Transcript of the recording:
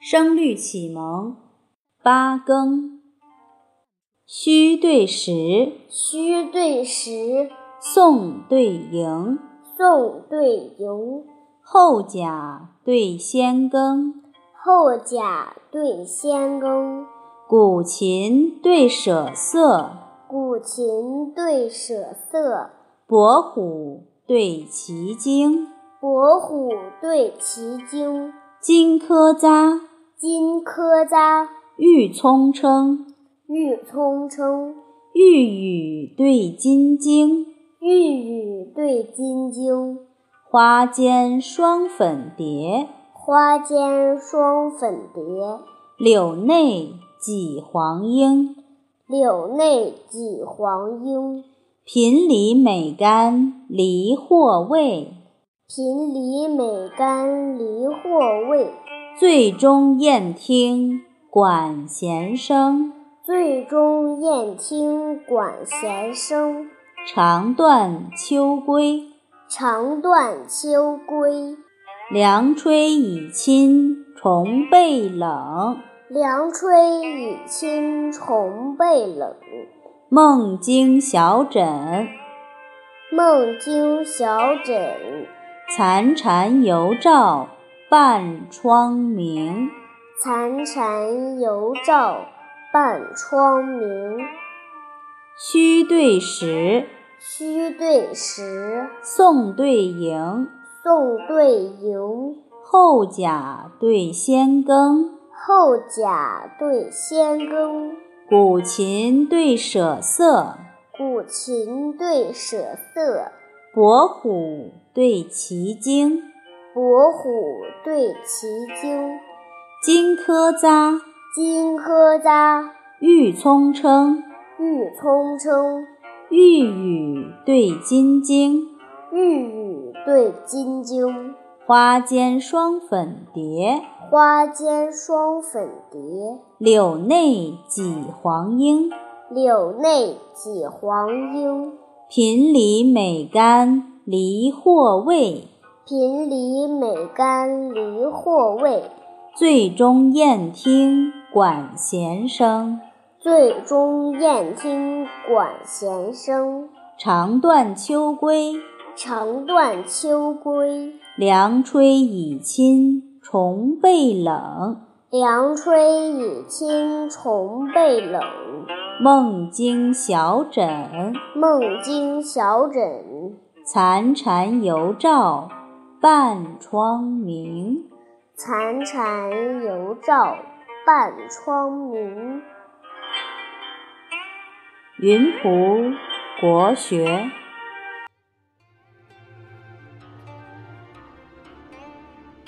声律启蒙八更，虚对实，虚对实，宋对迎，宋对迎，后甲对先庚，后甲对先庚，古琴对舍色，古琴对舍色，伯虎对奇经，伯虎对奇经，荆轲匝，荆轲匝，郁葱称，郁葱称，玉宇对金经，玉宇对金经，花间双粉蝶，花间双粉蝶，柳内几黄莺，柳内几黄莺，频里美干离或味，频里美干离或味，醉中宴听管弦声。醉中宴听管弦声。长断秋归，长断秋归，凉吹已侵重被冷。凉吹已侵重被冷。梦惊小枕，梦惊小枕，残蝉犹照半窗明。残蝉犹照半窗明。虚对实，虚对实，宋对迎，宋对迎，后甲对先庚，后甲对先庚，古琴对舍色，古琴对舍色，伯虎对奇经，伯虎对奇经，荆轲匝，荆轲匝，郁葱称，郁葱称，玉宇对金经，玉宇对金经，花间双粉蝶，花间双粉蝶，柳内几黄莺。柳内几黄莺，频里美干离或味，频里美干离或味，醉中宴听管弦声。醉中宴听管弦声。长断秋归，长断秋归，凉吹已侵重被冷。凉吹已侵重被冷。梦惊小枕，梦惊小枕，残蝉犹照半窗明。残蝉犹照半窗明。云浦国学。